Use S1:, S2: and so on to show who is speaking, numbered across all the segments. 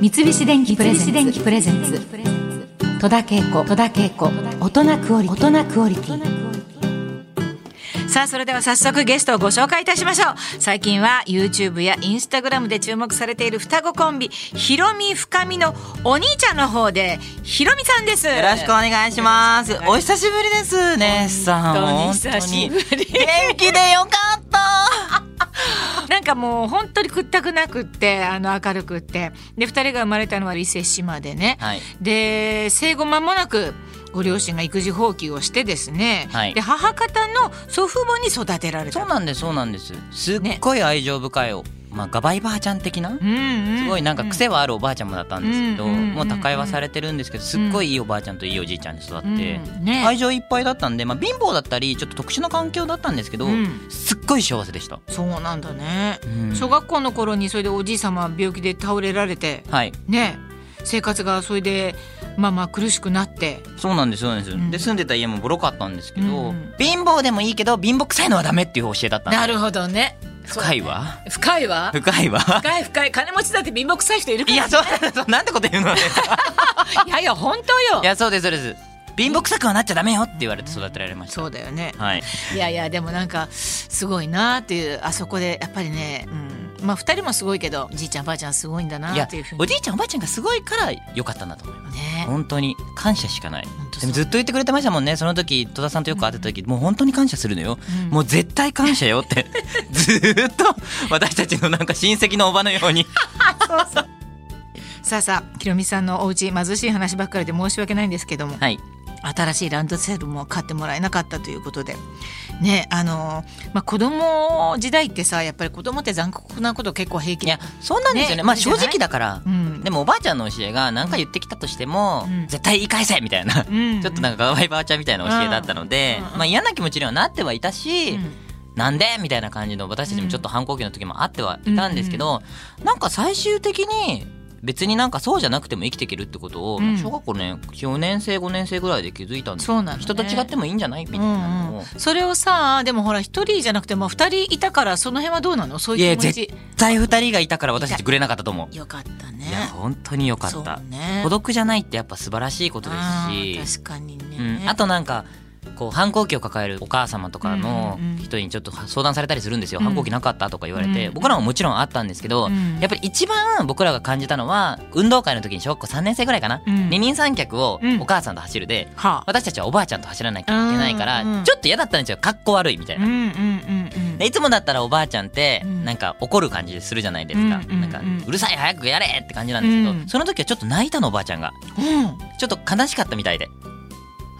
S1: 三菱電機プレゼンツ戸田恵子戸田恵子大人クオリティ大人クオリティ
S2: さあ、それでは早速ゲストをご紹介いたしましょう。最近は YouTube や Instagram で注目されている双子コンビ、ひろみふかみのお兄ちゃんの方で、ひろみさんです。
S3: よろしくお願いします。お久しぶりです、姉さん。
S2: 本
S3: 本
S2: 当
S3: 当
S2: に
S3: に。
S2: 久しぶり
S3: 元気でよかった。
S2: なんかもう本当に屈託なくって、あの明るくって。で、二人が生まれたのは伊勢志摩でね。
S3: はい
S2: で、生後間もなく、ご両親が育児放棄をしてですね、
S3: はい
S2: で母方の祖父母に育てられた
S3: そうなんです、そうなんです。すっごい愛情深いお、まあ、ガバイばあちゃん的な。
S2: うんうん
S3: すごいなんか癖はあるおばあちゃんもだったんですけど、
S2: うんうんうんうん
S3: もう他界はされてるんですけど、すっごいいいおばあちゃんといいおじいちゃんに育って。
S2: うんね
S3: 愛情いっぱいだったんで、まあ、貧乏だったりちょっと特殊な環境だったんですけど、
S2: うん
S3: すっごい幸せでした、
S2: そうなんだね、
S3: うん
S2: 小学校の頃にそれでおじい様は病気で倒れられて
S3: はい
S2: ね生活がそれでまあまあ苦しくなって
S3: そうなんですそうなんです、
S2: ん
S3: で住んでた家もボロかったんですけど、
S2: うんうん
S3: 貧乏でもいいけど貧乏くさいのはダメっていう教えだったんで
S2: なるほどね
S3: 深いわ
S2: 深いわ
S3: 深いわ
S2: 深い深い金持ちだって貧乏くさい人いるか
S3: い
S2: ら
S3: やそうそうなんてこと言 うのい
S2: いやいや本当よ
S3: やそうですそうです貧乏くさくはなっちゃダメよって言われて育てられました
S2: そうだよね
S3: はい
S2: いやいやでもなんかすごいなっていうあそこでやっぱりね、うん、まあ二人もすごいけどじいちゃんばあちゃんすごいんだ
S3: い
S2: な
S3: や
S2: っていうふうに
S3: おじいちゃんおばあちゃんがすごいから良かったんだと思います
S2: ね
S3: 本当に感謝しかない
S2: 当そう
S3: でもずっと言ってくれてましたもんねその時戸田さんとよく会ってた時、もう本当に感謝するのよ、
S2: うん
S3: もう絶対感謝よって ずーっと私たちのなんか親戚のおばのよ うに
S2: さあさあひろみさんのお家貧しい話ばっかりで申し訳ないんですけども、
S3: はい
S2: 新しいランドセルも買ってもらえなかったということでねあのまあ子供時代ってさやっぱり子供って残酷なこと結構平気
S3: いやそうなんですよね
S2: ね
S3: まあ
S2: いいじゃ
S3: 正
S2: ない
S3: 直だから、
S2: うん
S3: でもおばあちゃんの教えが何か言ってきたとしても、
S2: うん
S3: 絶対言い返せみたいな、
S2: ん
S3: ちょっとなんかかわいばあちゃんみたいな教えだったので、
S2: うんうんうん
S3: まあ、嫌な気持ちにはなってはいたし、
S2: うん
S3: なんでみたいな感じの私たちもちょっと反抗期の時もあってはいたんですけど、なんか最終的に別になんかそうじゃなくても生きていけるってことを、
S2: うん
S3: 小学校ね4年生5年生ぐらいで気づいたんです
S2: そうなのね
S3: 人と違ってもいいんじゃないみたいな
S2: うん
S3: の
S2: う
S3: を
S2: ん、それをさでもほら一人じゃなくても二人いたからその辺はどうなのそう
S3: い
S2: い
S3: や
S2: う気持
S3: 絶
S2: ち
S3: 対2人がいたから私たちぐれなかったと思う
S2: よかったね
S3: いや本当によかった、
S2: そうね
S3: 孤独じゃないってやっぱ素晴らしいこと
S2: あー
S3: ですし、
S2: 確かにね、
S3: うん、あとなんかこう反抗期を抱えるお母様とかの
S2: うんうんうん
S3: 人にちょっと相談されたりするんですよ、
S2: うん
S3: 反抗期なかったとか言われて、
S2: うん
S3: 僕らももちろんあったんですけど、
S2: うん
S3: やっぱり一番僕らが感じたのは運動会の時に小学校3年生ぐらいかな、
S2: うん
S3: 二人三脚を
S2: うん
S3: お母さんと走るで、
S2: はあ
S3: 私たちはおばあちゃんと走らなきゃいけないから、
S2: うんうん
S3: ちょっと嫌だったんですよかっこ悪いみたいな
S2: うん。うんうんうん
S3: でいつもだったらおばあちゃんって
S2: うん
S3: なんか怒る感じするじゃないですか、
S2: うんうん
S3: なんか
S2: うん
S3: うるさい早くやれって感じなんですけど、
S2: うん
S3: その時はちょっと泣いたのおばあちゃんが
S2: うん
S3: ちょっと悲しかったみたいで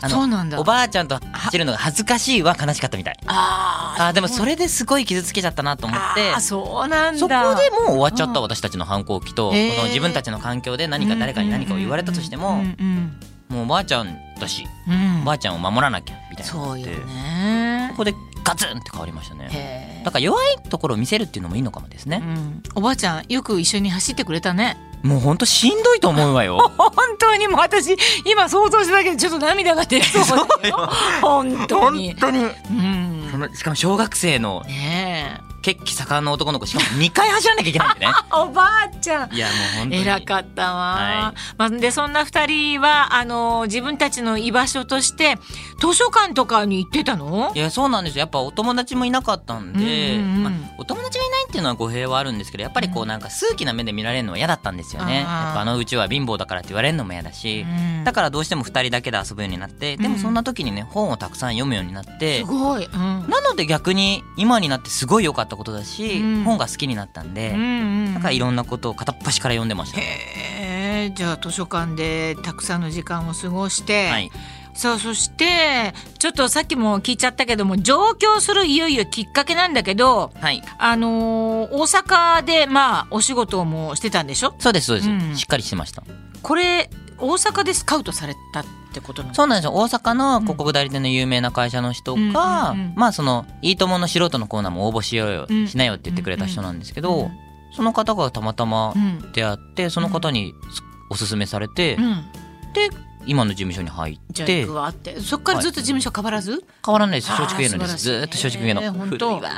S3: あ
S2: そう
S3: の
S2: なんだ
S3: おばあちゃんと走るのが恥ずかしいは悲しかったみたい
S2: あ
S3: あーでもそれですごい傷つけちゃったなと思って
S2: あーそうなんだ
S3: そこでもう終わっちゃった私たちの反抗期と、
S2: へー
S3: この自分たちの環境で何か誰かに何かを言われたとして
S2: う
S3: も、
S2: んうん
S3: もうおばあちゃんだし
S2: うんうん
S3: おばあちゃんを守らなきゃみたいな
S2: そうよ
S3: こ
S2: ね
S3: こでガツンって変わりましたね
S2: へー
S3: だから弱いところを見せるっていうのもいいのかもですね、
S2: うん、おばあちゃんよく一緒に走ってくれたね
S3: もうほんとしんどいと思うわよ。
S2: 本当にもう私今想像しただけでちょっと涙が出そうだよ 本当に
S3: 当に。
S2: うん
S3: そのしかも小学生の
S2: ねえ
S3: 血気盛んの男の子しかも2回走らなきゃいけないん でね。
S2: おばあちゃん
S3: いやもう本当に。
S2: 偉かったわ、
S3: は
S2: まあ、でそんな二人はあの自分たちの居場所として図書館とかに行ってたの
S3: いやそうなんですよやっぱお友達もいなかったんで、
S2: うんうんうん
S3: まあ、お友達がいないっていうのは語弊はあるんですけどやっぱりこうなんか数奇な目で見られるのは嫌だったんですよね
S2: あー
S3: やっぱあのうちは貧乏だからって言われるのも嫌だし、
S2: うん
S3: だからどうしても2人だけで遊ぶようになってでもそんな時にね本をたくさん読むようになって
S2: す、ごい、うん
S3: なので逆に今になってすごい良かったことだし、
S2: うん
S3: 本が好きになったんで、
S2: うんうん
S3: なんかいろんなことを片っ端から読んでましたね。
S2: へえじゃあ図書館でたくさんの時間を過ごして、
S3: はい、
S2: さあそしてちょっとさっきも聞いちゃったけども上京するいよいよきっかけなんだけど
S3: はい、
S2: あのー大阪でまあお仕事もしてたんでしょ
S3: そうですそうです、
S2: うん
S3: しっかりしてました
S2: これ大阪でスカウトされたってことなの
S3: そうなんですよ大阪の広告代理店の有名な会社の人
S2: う
S3: が、
S2: んうんうんうん
S3: まあその「いいとも!」の素人のコーナーも応募しようよ、
S2: うん
S3: しなよって言ってくれた人なんですけど、
S2: うんうん
S3: その方がたまたま
S2: うん
S3: 出会ってその方にすおすすめされて、
S2: うん
S3: で今の事務所に入っ
S2: じゃあ
S3: て
S2: 行くわってそっからずっと事務所変わらず、
S3: 変わらないです
S2: あー
S3: 松竹芸能です
S2: 素
S3: ず
S2: 晴
S3: ー
S2: らし
S3: っと
S2: い
S3: 松竹芸能
S2: えー本当
S3: 古いわ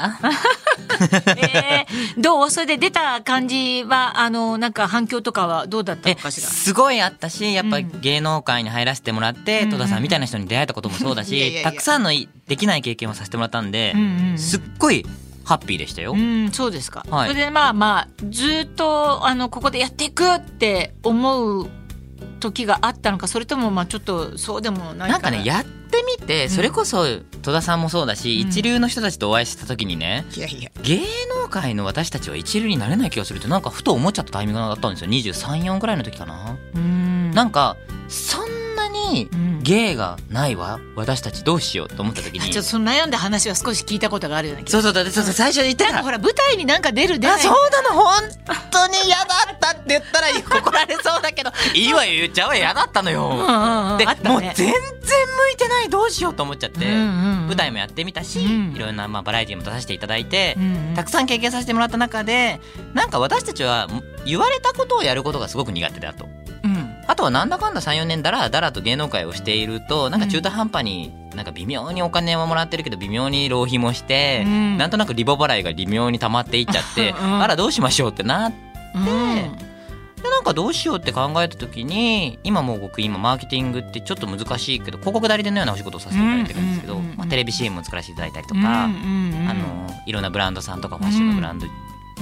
S2: えーどうそれで出た感じはあのなんか反響とかはどうだったの
S3: え
S2: かしら
S3: すごいあったしやっぱ
S2: うん
S3: 芸能界に入らせてもらって、戸田さんみたいな人に出会えたこともそうだし
S2: いやいやいや
S3: たくさんのいできない経験をさせてもらったんで、
S2: うんうん
S3: すっごいハッピーでしたよ、
S2: うんそうですか、
S3: はい
S2: それでまあまあずっとあのここでやっていくって思う時があったのかそれともまあちょっとそうでもない
S3: なん
S2: か
S3: かねやってみてそれこそ戸田さんもそうだし、
S2: うん
S3: 一流の人たちとお会いした時にね
S2: いやいや
S3: 芸能界の私たちは一流になれない気がするってなんかふと思っちゃったタイミングがあったんですよ234ぐらいの時かな、
S2: うん
S3: なんんかそんなに
S2: うん
S3: 芸がないわ私たちどうしようと思った時
S2: あ
S3: に
S2: ちょっとその悩んだ話は少し聞いたことがあるような気が
S3: そうそうだってそうそう最初に言った
S2: なん
S3: ら
S2: かほら舞台になんか出る出な
S3: あ
S2: い
S3: そうなの本当に嫌だったって 言ったら怒られそうだけどいいわよ言っちゃうわよ嫌だったの
S2: うんう
S3: よ、
S2: んうん
S3: で、
S2: あったね
S3: もう全然向いてないどうしようと思っちゃって、舞
S2: 舞
S3: 台もやってみたし、
S2: うん
S3: いろんなまあバラエティも出させていただいて、た
S2: た
S3: くさん経験させてもらった中でなんか私たちはも言われたことをやることがすごく苦手だと
S2: うん
S3: あとはなんだかんだ34年だらだらと芸能界をしているとなんか中途半端になんか微妙にお金はもらってるけど微妙に浪費もして、
S2: うん
S3: なんとなくリボ払いが微妙に溜まっていっちゃって、
S2: うん
S3: あらどうしましょうってなって
S2: うん
S3: なんかどうしようって考えた時に今もう僕今マーケティングってちょっと難しいけど広告代理店のようなお仕事をさせていただいてるんですけど、
S2: うんうんうんうん
S3: まあ、テレビ CM も作らせていただいたりとか。
S2: うんうんうん
S3: あのいろんなブランドさんとかファッションのブランド、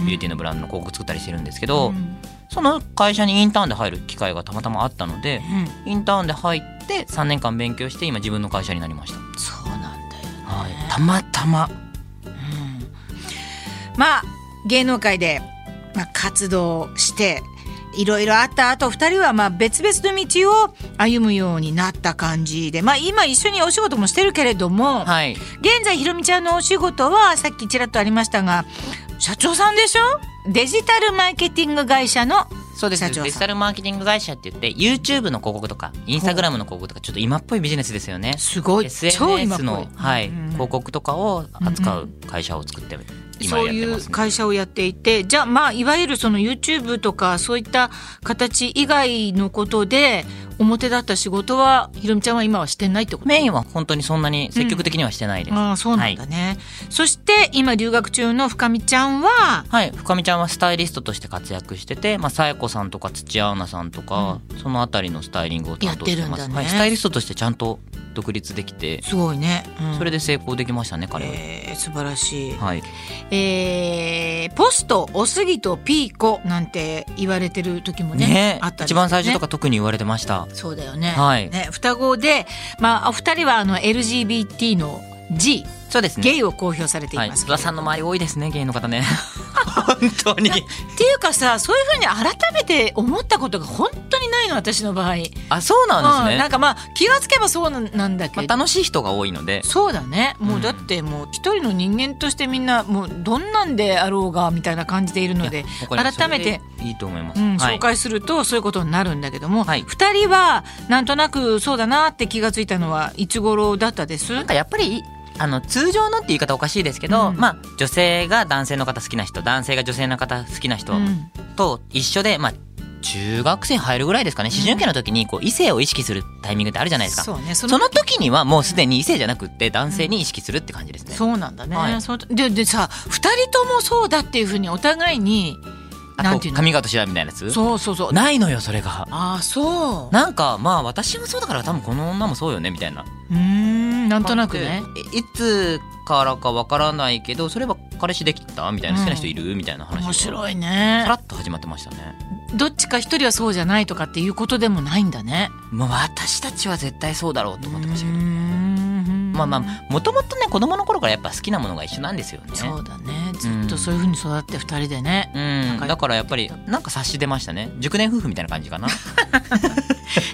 S3: ビューティーのブランドの広告作ったりしてるんですけど、
S2: うん
S3: その会社にインターンで入る機会がたまたまあったのでインターンで入って3年間勉強して今自分の会社になりました、
S2: そうなんだよね
S3: はい、たまたま
S2: まあ芸能界で、まあ、活動していろいろあった後二人はまあ別々の道を歩むようになった感じで、まあ、今一緒にお仕事もしてるけれども、
S3: はい
S2: 現在ひろみちゃんのお仕事はさっきちらっとありましたが社長さんでしょデジタルマーケティング会社の
S3: そうです
S2: 社長さん
S3: デジタルマーケティング会社って言って YouTube の広告とか Instagram の広告とかちょっと今っぽいビジネスですよね
S2: すごい超今っ
S3: SNS
S2: ぽい
S3: の、はい
S2: うん
S3: 広告とかを扱う会社を作って今
S2: そう
S3: やっ
S2: い
S3: てま
S2: う
S3: すね
S2: 会社をやっていてじゃあまあいわゆるその YouTube とかそういった形以外のことで表だった仕事はひろみちゃんは今はしてないってこと
S3: メインは本当にそんなに積極的にはしてないです、
S2: ああそうなんだね、そして今留学中の深見ちゃんは
S3: はい、深見ちゃんはスタイリストとして活躍してて、まあ、さやこさんとか土屋アンナさんとか、そのあたりのスタイリングを担当してま
S2: やってるんだ
S3: す、
S2: ね
S3: はい、スタイリストとしてちゃんと独立できて、
S2: すごいね、うん
S3: それで成功できましたね彼は、
S2: えー素晴らしい、
S3: はい、
S2: えーポストおすぎとピーコなんて言われてる時もね
S3: ね
S2: あったり
S3: 一番最初と
S2: ね
S3: か特に言われてました、
S2: そうだよね,、
S3: はい
S2: ね双子でまあお二人はあの LGBT の G
S3: そうですね
S2: ゲイを公表されてい
S3: はい、
S2: ます
S3: 津
S2: けれど、
S3: 田さんの周り多いですねゲイの方ね本当に
S2: っていうかさそういうふうに改めて思ったことが本当にないの私の場合
S3: あそうなんです
S2: な
S3: ね
S2: ん、かまあ気がつけばそうななんだけど、
S3: まあ、楽しい人が多いので
S2: そうだねもううんだってもう一人の人間としてみんなもうどんなんであろうがみたいな感じでいるので
S3: これはそれ
S2: 改め
S3: で
S2: て、
S3: いいと思います、
S2: うん、
S3: はい
S2: 紹介するとそういうことになるんだけども、
S3: はい
S2: 二人はなんとなくそうだなって気がついたのはいつ頃だったです
S3: なんかやっぱりあの通常のって言い方おかしいですけど、
S2: うん
S3: まあ女性が男性の方好きな人男性が女性の方好きな人
S2: うん
S3: と一緒で、まあ中学生入るぐらいですかね思春期の時にこう異性を意識するタイミングってあるじゃないですか、
S2: そうねそ
S3: そ
S2: の
S3: の時にはもうすでに異性じゃなくって男性に意識するって感じですね、
S2: そうなんだね、
S3: はい
S2: そのででさ二人ともそうだっていうふうにお互いに
S3: あ
S2: なん
S3: と
S2: ていうの
S3: 髪型調べみたいなやつ
S2: そうそうそう
S3: ないのよそれが
S2: ああそう
S3: なんかまあ私もそうだから多分この女もそうよねみたいな
S2: うーんなんとなくね
S3: でいいつからかわからないけどそれは彼氏できたみたいな好きな人いる、みたいな話が
S2: 面白い
S3: さ
S2: ね
S3: らっと始まってましたね
S2: どっちか一人はそうじゃないとかっていうことでもないんだね
S3: まあ私たちは絶対そうだろうと思ってましたけどま
S2: ま
S3: あまあもともとね子供の頃からやっぱ好きなものが一緒なんですよね
S2: そうだねずっとそういうふうに育って二人でね、
S3: うんだからやっぱりなんか察し出ましたね熟年夫婦みたいな感じか な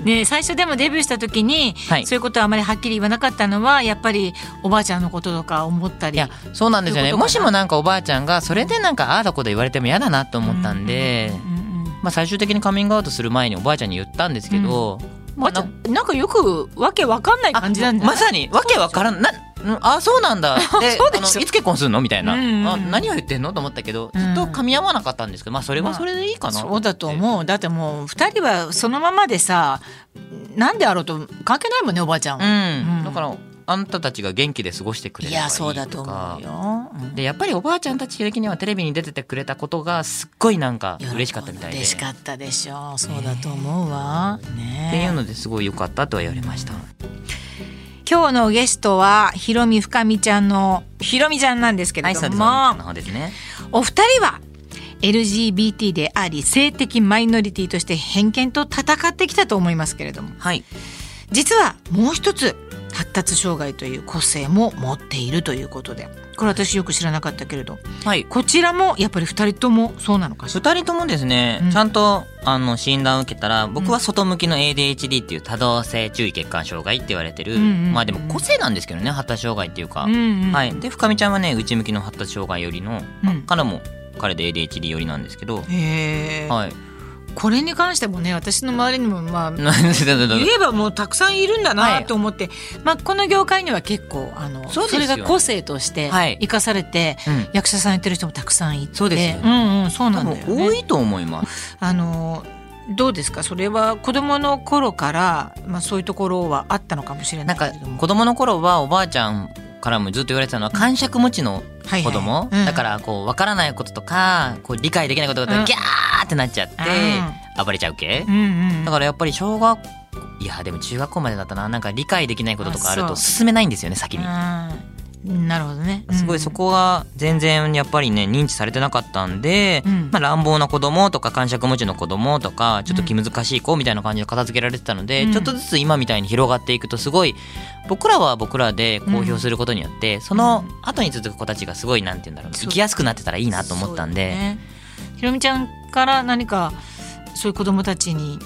S2: ね最初でもデビューした時に、
S3: はい
S2: そういうことはあまりはっきり言わなかったのはやっぱりおばあちゃんのこととか思ったり
S3: いやそうなんですよね
S2: そういうこ
S3: も
S2: とか
S3: し
S2: な
S3: もなんかおばあちゃんがそれでなんかああだこうだ言われても嫌だなと思ったんで、
S2: うんうん
S3: まあ、最終的にカミングアウトする前におばあちゃんに言ったんですけど、
S2: まあ、なんかよくわけわかんない
S3: あ
S2: 感じなんだ
S3: まさにわけわからんなうんあそうなん だで
S2: そうで
S3: あ
S2: しょ
S3: のいつ結婚するのみたいな、
S2: うんうんうん
S3: あ何を言ってんのと思ったけど
S2: うん
S3: ずっと噛み合わなかったんですけどまあそれはそれでいいかなと
S2: そ
S3: 思
S2: う
S3: って、
S2: だと思うだってもう2人はそのままでさなんであろうと関係ないもんねおばあちゃんは、
S3: うん、だからあんたたちが元気で過ごしてくれ
S2: い
S3: ればいい
S2: や
S3: とか
S2: そうだと思うよ、うん
S3: でやっぱりおばあちゃんたち的にはテレビに出ててくれたことがすっごいなんか嬉しかったみたいで
S2: 嬉しか
S3: っ
S2: ったでしょうそうだと思うわ、ねえ
S3: ていうのですごい良かったとは言われました
S2: 今日のゲストはひろみふかみちゃんのひろみちゃんなんですけ
S3: は
S2: れ
S3: い
S2: ど
S3: そうです
S2: も、
S3: まあの方ですね
S2: お二人は LGBT であり性的マイノリティとして偏見と戦ってきたと思いますけれども
S3: はい
S2: 実はもう一つ発達障害という個性も持っているということでこれ私よく知らなかったけれど
S3: はい
S2: こちらもやっぱり二人ともそうなのかしら
S3: 2人ともですね、
S2: うん
S3: ちゃんとあの診断を受けたら僕は外向きの ADHD っていう多動性注意欠陥障害って言われてる、
S2: うんうんうん
S3: まあでも個性なんですけどね発達障害っていうか、
S2: うんうん
S3: はい、で深見ちゃんはね内向きの発達障害よりの、
S2: うん
S3: 彼も彼で ADHD よりなんですけど、
S2: へえ
S3: はい、
S2: これに関してもね私の周りにもまあ言
S3: そ
S2: えばもうたくさんいるんだ
S3: は
S2: ないと思って、まあ、この業界には結構あの
S3: そうですよ
S2: れが個性として
S3: はい
S2: 生かされて、
S3: うん
S2: 役者さんやってる人もたくさんいて
S3: そうですよね
S2: んうん、そうなんだよ
S3: 多分多
S2: ね。
S3: いと思います。
S2: あのどうですかそれは子供の頃から、まあ、そういうところはあったのかもしれな
S3: なん
S2: いけ
S3: か
S2: れども
S3: 子供の頃はおばあちゃんからもずっと言われてたのは感触持ちの
S2: はいはい
S3: 子供、
S2: うん
S3: だからこう分からないこととかこう理解できないことと
S2: う
S3: か
S2: ん
S3: ギャーってなっちゃって暴れちゃう系、
S2: うんうん
S3: だからやっぱり小学いやでも中学校までだったななんか理解できないこととかある
S2: あそ
S3: と
S2: う
S3: 進めないんですよね先に。
S2: うんなるほどね
S3: すごいそ、こが全然やっぱりね認知されてなかったんで、
S2: うん
S3: まあ、乱暴な子供とか感触持ちの子供とかちょっと気難しい子みたいな感じで片付けられてたので、
S2: うん
S3: ちょっとずつ今みたいに広がっていくとすごい僕らは僕らで公表することによって、その後に続く子たちがすごいなんて言うんだろう
S2: そう
S3: 生きやすくなってたらいいなと思ったんで、
S2: そうねひろみちゃんから何かそういう子供たちに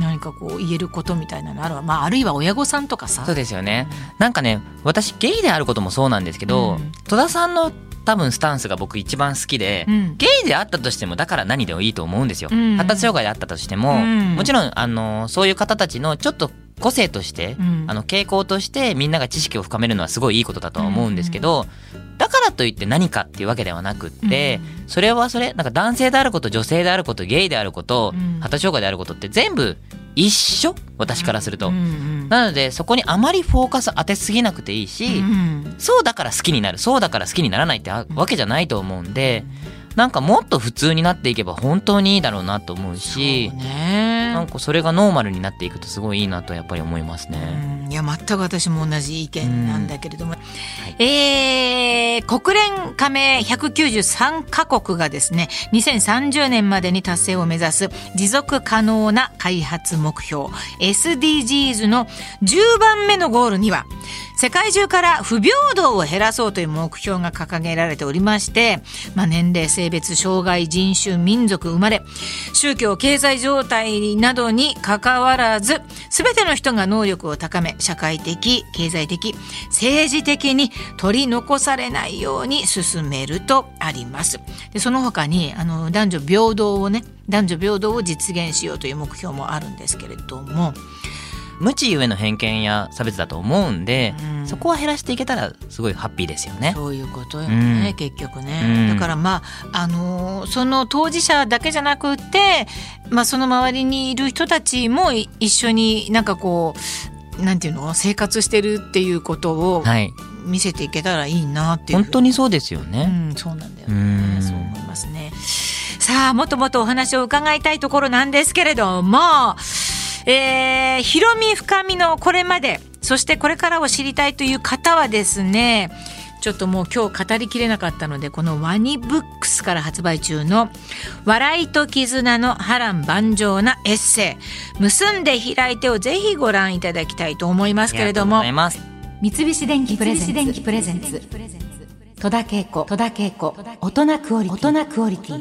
S2: 何かこう言えることみたいなのあるわ、まあ、あるいは親御さんとかさ
S3: そうですよね、なんかね私ゲイであることもそうなんですけど、
S2: うん
S3: 戸田さんの多分スタンスが僕一番好きで、
S2: うん
S3: ゲイであったとしてもだから何でもいいと思うんですよ、
S2: うん
S3: 発達障害であったとして
S2: う
S3: も、
S2: ん
S3: もちろんあのそういう方たちのちょっと個性として、
S2: うん
S3: あの傾向としてみんなが知識を深めるのはすごいいいことだとは思うんですけど、だからといって何かっていうわけではなくって、それはそれなんか男性であること女性であることゲイであること、
S2: うん
S3: 発達障害であることって全部一緒私からすると。
S2: うんうん
S3: なのでそこにあまりフォーカス当てすぎなくていいし、
S2: うん
S3: そうだから好きになるそうだから好きにならないってあわけじゃないと思うんで、なんかもっと普通になっていけば本当にいいだろうなと思うし
S2: そう
S3: な
S2: ね
S3: んかそれがノーマルになっていくとすごいいいなとやっぱり思いますね。
S2: うんいや全く私も同じ意見なんだけれども、えー国連加盟193カ国がですね2030年までに達成を目指す持続可能な開発目標 SDGs の10番目のゴールには世界中から不平等を減らそうという目標が掲げられておりまして、まあ、年齢性別障害人種民族生まれ宗教経済状態などにかかわらず全ての人が能力を高め社会的経済的政治的に取り残されないように進めるとあります。でその他にあの男女平等をね男女平等を実現しようという目標もあるんですけれども。
S3: 無知ゆえの偏見や差別だと思うんで、そこは減らしていけたらすごいハッピーですよね。
S2: そういうことよね、
S3: うん
S2: 結局ね、
S3: うん
S2: だからまあ、あのーその当事者だけじゃなくて、まあ、その周りにいる人たちもい一緒になんかこうなんていうの生活してるっていうことを
S3: はい、
S2: 見せていけたらいいなっていう
S3: 本当にそうですよね。
S2: うん、そうなんだよね
S3: うん
S2: そう思いますねさあもっともっとお話を伺いたいところなんですけれどもえー、ひろみ深みのこれまでそしてこれからを知りたいという方はですねちょっともう今日語りきれなかったのでこのワニブックスから発売中の「笑いと絆の波乱万丈なエッセイ」「結んで開いて」をぜひご覧いただきたいと思いますけれども
S3: ありがとうございます
S1: 三菱電機プレゼンツ
S4: 三菱電機プレゼンツ
S1: 戸田恵子戸田恵子大人クオリティ大人クオリティ